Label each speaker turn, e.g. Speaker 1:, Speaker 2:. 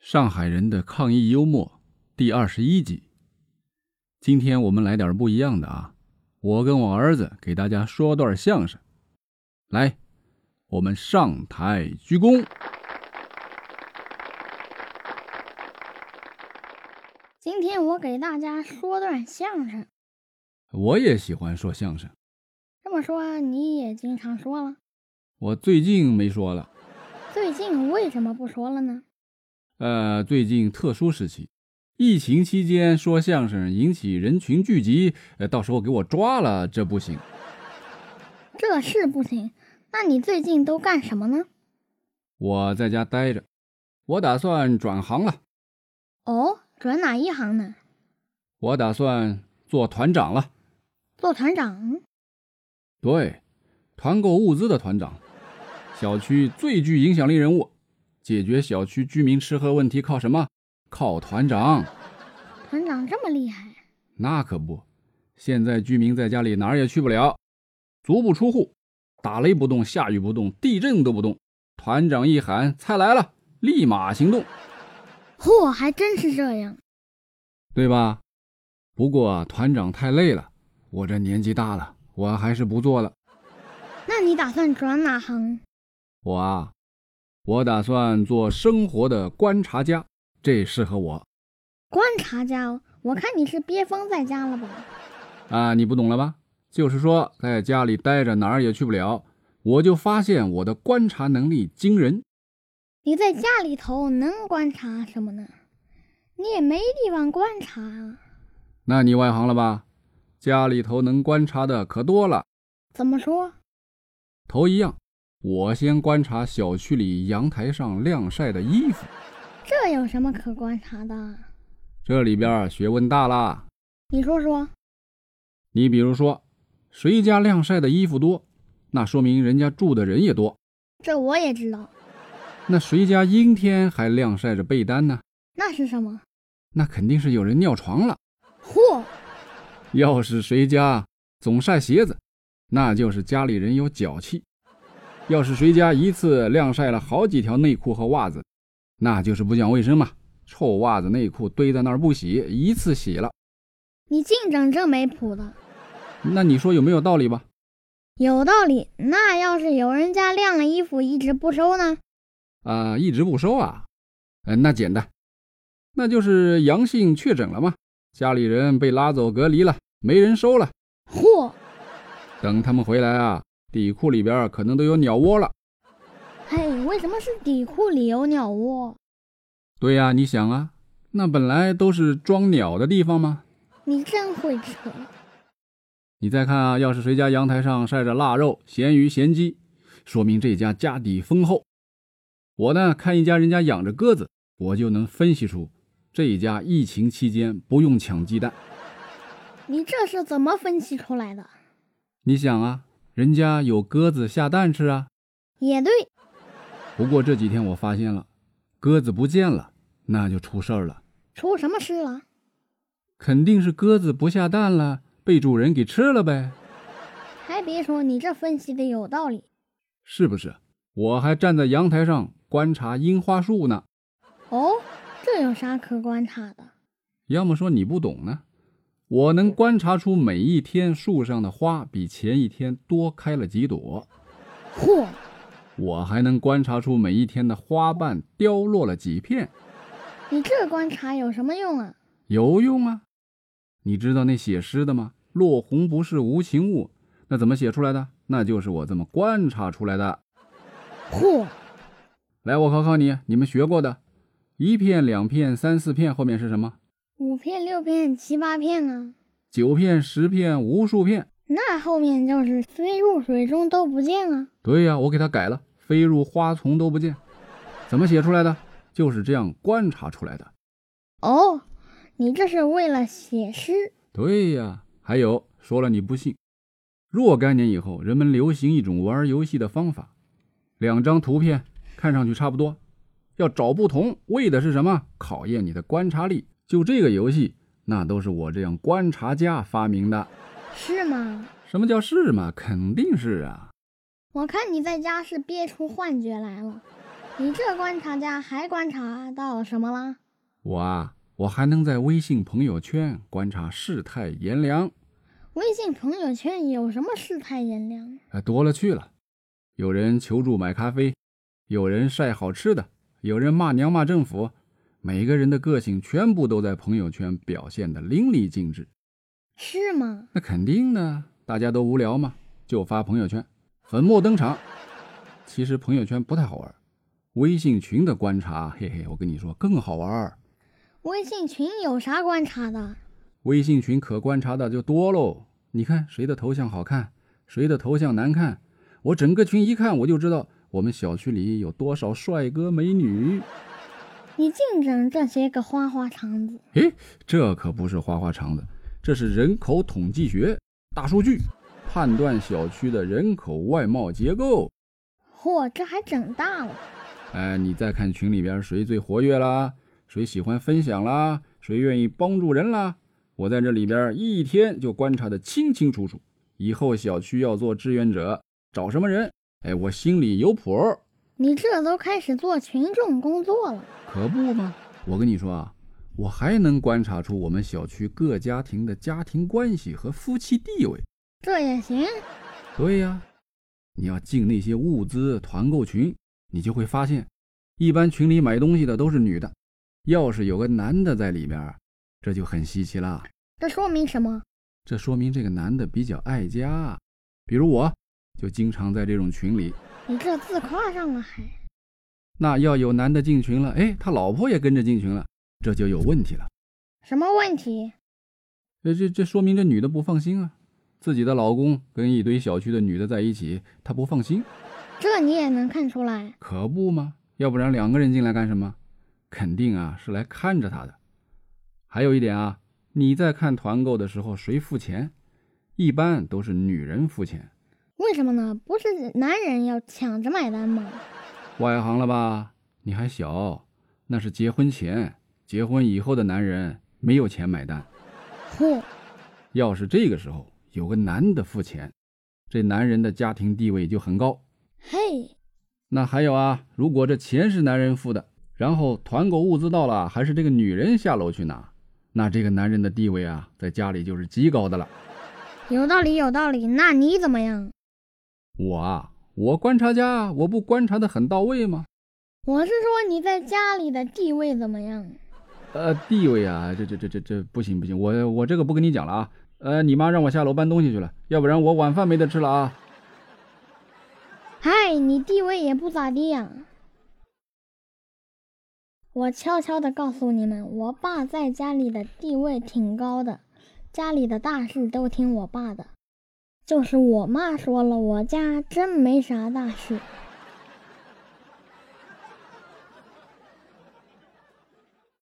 Speaker 1: 上海人的抗疫幽默第二十一集。今天我们来点不一样的啊！我跟我儿子给大家说段相声。来，我们上台鞠躬。
Speaker 2: 今天我给大家说段相声。
Speaker 1: 我也喜欢说相声，
Speaker 2: 这么说你也经常说了，
Speaker 1: 我最近没说了。
Speaker 2: 最近为什么不说了呢？
Speaker 1: 呃，最近特殊时期，疫情期间说相声引起人群聚集，呃，到时候给我抓了这不行。
Speaker 2: 这是不行。那你最近都干什么呢？
Speaker 1: 我在家待着，我打算转行了，
Speaker 2: 哦，转哪一行呢？
Speaker 1: 我打算做团长了。
Speaker 2: 做团长？
Speaker 1: 对，团购物资的团长，小区最具影响力人物。解决小区居民吃喝问题靠什么？靠团长。
Speaker 2: 团长这么厉害？
Speaker 1: 那可不，现在居民在家里哪儿也去不了，足不出户，打雷不动，下雨不动，地震都不动。团长一喊，菜来了，立马行动，
Speaker 2: 嚯，还真是这样。
Speaker 1: 对吧？不过啊团长太累了，我这年纪大了，我还是不做了。
Speaker 2: 那你打算转哪行？
Speaker 1: 我啊，我打算做生活的观察家，这适合我
Speaker 2: 观察家哦。我看你是憋疯在家了吧？
Speaker 1: 啊，你不懂了吧？就是说，在家里待着哪儿也去不了，我就发现我的观察能力惊人。
Speaker 2: 你在家里头能观察什么呢？你也没地方观察啊。
Speaker 1: 那你外行了吧？家里头能观察的可多了。
Speaker 2: 怎么说？
Speaker 1: 头一样，我先观察小区里阳台上晾晒的衣服，
Speaker 2: 这有什么可观察的啊？
Speaker 1: 这里边儿学问大啦。
Speaker 2: 你说说，
Speaker 1: 你比如说，谁家晾晒的衣服多，那说明人家住的人也多。
Speaker 2: 这我也知道。
Speaker 1: 那谁家阴天还晾晒着被单呢？
Speaker 2: 那是什么？
Speaker 1: 那肯定是有人尿床了。
Speaker 2: 嚯，
Speaker 1: 要是谁家总晒鞋子，那就是家里人有脚气；要是谁家一次晾晒了好几条内裤和袜子，那就是不讲卫生嘛。臭袜子、内裤堆在那儿不洗，一次洗了，
Speaker 2: 你净整这没谱的。
Speaker 1: 那你说有没有道理吧？
Speaker 2: 有道理。那要是有人家晾了衣服一直不收呢？
Speaker 1: 啊、一直不收啊？嗯、那简单，那就是阳性确诊了嘛，家里人被拉走隔离了，没人收了。
Speaker 2: 嚯，
Speaker 1: 等他们回来啊，底裤里边可能都有鸟窝了。
Speaker 2: 嘿，哎为什么是底裤里有鸟窝？
Speaker 1: 对呀、你想啊，那本来都是装鸟的地方吗？
Speaker 2: 你真会扯。
Speaker 1: 你再看啊，要是谁家阳台上晒着腊肉、咸鱼、咸鸡，说明这家家底丰厚。我呢，看一家人家养着鸽子，我就能分析出这一家疫情期间不用抢鸡蛋。
Speaker 2: 你这是怎么分析出来的？
Speaker 1: 你想啊，人家有鸽子下蛋吃啊。
Speaker 2: 也对，
Speaker 1: 不过这几天我发现了，鸽子不见了，那就出事儿了，
Speaker 2: 出什么事了？
Speaker 1: 肯定是鸽子不下蛋了，被主人给吃了呗，
Speaker 2: 还别说，你这分析的有道理。
Speaker 1: 是不是？我还站在阳台上观察樱花树呢。
Speaker 2: 哦，这有啥可观察的？
Speaker 1: 要么说你不懂呢。我能观察出每一天树上的花比前一天多开了几朵，
Speaker 2: 嚯，
Speaker 1: 我还能观察出每一天的花瓣凋落了几片，
Speaker 2: 你这观察有什么用啊？
Speaker 1: 有用啊！你知道那写诗的吗？落红不是无情物，那怎么写出来的？那就是我这么观察出来的。
Speaker 2: 嚯，
Speaker 1: 来，我考考你，你们学过的，一片、两片、三四片后面是什么？
Speaker 2: 五片、六片、七八片啊，
Speaker 1: 九片、十片、无数片。
Speaker 2: 那后面就是飞入水中都不见啊。
Speaker 1: 对呀、我给它改了，飞入花丛都不见，怎么写出来的？就是这样观察出来的。
Speaker 2: 哦，你这是为了写诗？
Speaker 1: 对呀、还有说了你不信，若干年以后，人们流行一种玩游戏的方法，两张图片看上去差不多，要找不同，为的是什么？考验你的观察力。就这个游戏，那都是我这样观察家发明的。
Speaker 2: 是吗？
Speaker 1: 什么叫是嘛？肯定是啊。
Speaker 2: 我看你在家是憋出幻觉来了，你这观察家还观察到什么啦？
Speaker 1: 我啊，我还能在微信朋友圈观察世态炎凉，
Speaker 2: 微信朋友圈有什么世态炎凉？
Speaker 1: 哎，多了去了。有人求助买咖啡，有人晒好吃的，有人骂娘骂政府，每个人的个性全部都在朋友圈表现得淋漓尽致。
Speaker 2: 是吗？
Speaker 1: 那肯定呢，大家都无聊嘛，就发朋友圈，粉墨登场。其实朋友圈不太好玩，微信群的观察，嘿嘿，我跟你说更好玩儿。
Speaker 2: 微信群有啥观察的？
Speaker 1: 微信群可观察的就多喽。你看谁的头像好看，谁的头像难看，我整个群一看我就知道我们小区里有多少帅哥美女。
Speaker 2: 你净整这些个花花肠子。
Speaker 1: 诶，这可不是花花肠子，这是人口统计学、大数据判断小区的人口外貌结构。
Speaker 2: 嚯，这还整大了！
Speaker 1: 哎，你再看群里边谁最活跃啦，谁喜欢分享啦，谁愿意帮助人啦，我在这里边一天就观察的清清楚楚。以后小区要做志愿者，找什么人，哎，我心里有谱儿，
Speaker 2: 你这都开始做群众工作了。
Speaker 1: 可不嘛。我跟你说啊，我还能观察出我们小区各家庭的家庭关系和夫妻地位。
Speaker 2: 这也行？
Speaker 1: 对呀、你要进那些物资团购群，你就会发现，一般群里买东西的都是女的，要是有个男的在里边儿，这就很稀奇啦。
Speaker 2: 这说明什么？
Speaker 1: 这说明这个男的比较爱家。比如我，就经常在这种群里，
Speaker 2: 你这自夸上了还？
Speaker 1: 那要有男的进群了，哎，他老婆也跟着进群了，这就有问题了。
Speaker 2: 什么问题？
Speaker 1: 这这这说明这女的不放心啊，自己的老公跟一堆小区的女的在一起，她不放心。
Speaker 2: 这你也能看出来？
Speaker 1: 可不嘛，要不然两个人进来干什么？肯定啊是来看着他的。还有一点啊，你在看团购的时候，谁付钱？一般都是女人付钱。
Speaker 2: 为什么呢？不是男人要抢着买单吗？
Speaker 1: 外行了吧？你还小，那是结婚前，结婚以后的男人没有钱买单。
Speaker 2: 嚯，
Speaker 1: 要是这个时候有个男的付钱，这男人的家庭地位就很高。
Speaker 2: 嘿，
Speaker 1: 那还有啊，如果这钱是男人付的，然后团购物资到了，还是这个女人下楼去拿，那这个男人的地位啊，在家里就是极高的了。
Speaker 2: 有道理，有道理。那你怎么样？
Speaker 1: 我啊，我观察家，我不观察的很到位吗？
Speaker 2: 我是说你在家里的地位怎么样？
Speaker 1: 呃，地位啊，这这这这这不行不行，我我这个不跟你讲了啊。呃，你妈让我下楼搬东西去了，要不然我晚饭没得吃了啊。
Speaker 2: 嗨，你地位也不咋地呀、我悄悄地告诉你们，我爸在家里的地位挺高的，家里的大事都听我爸的。就是我妈说了，我家真没啥大事，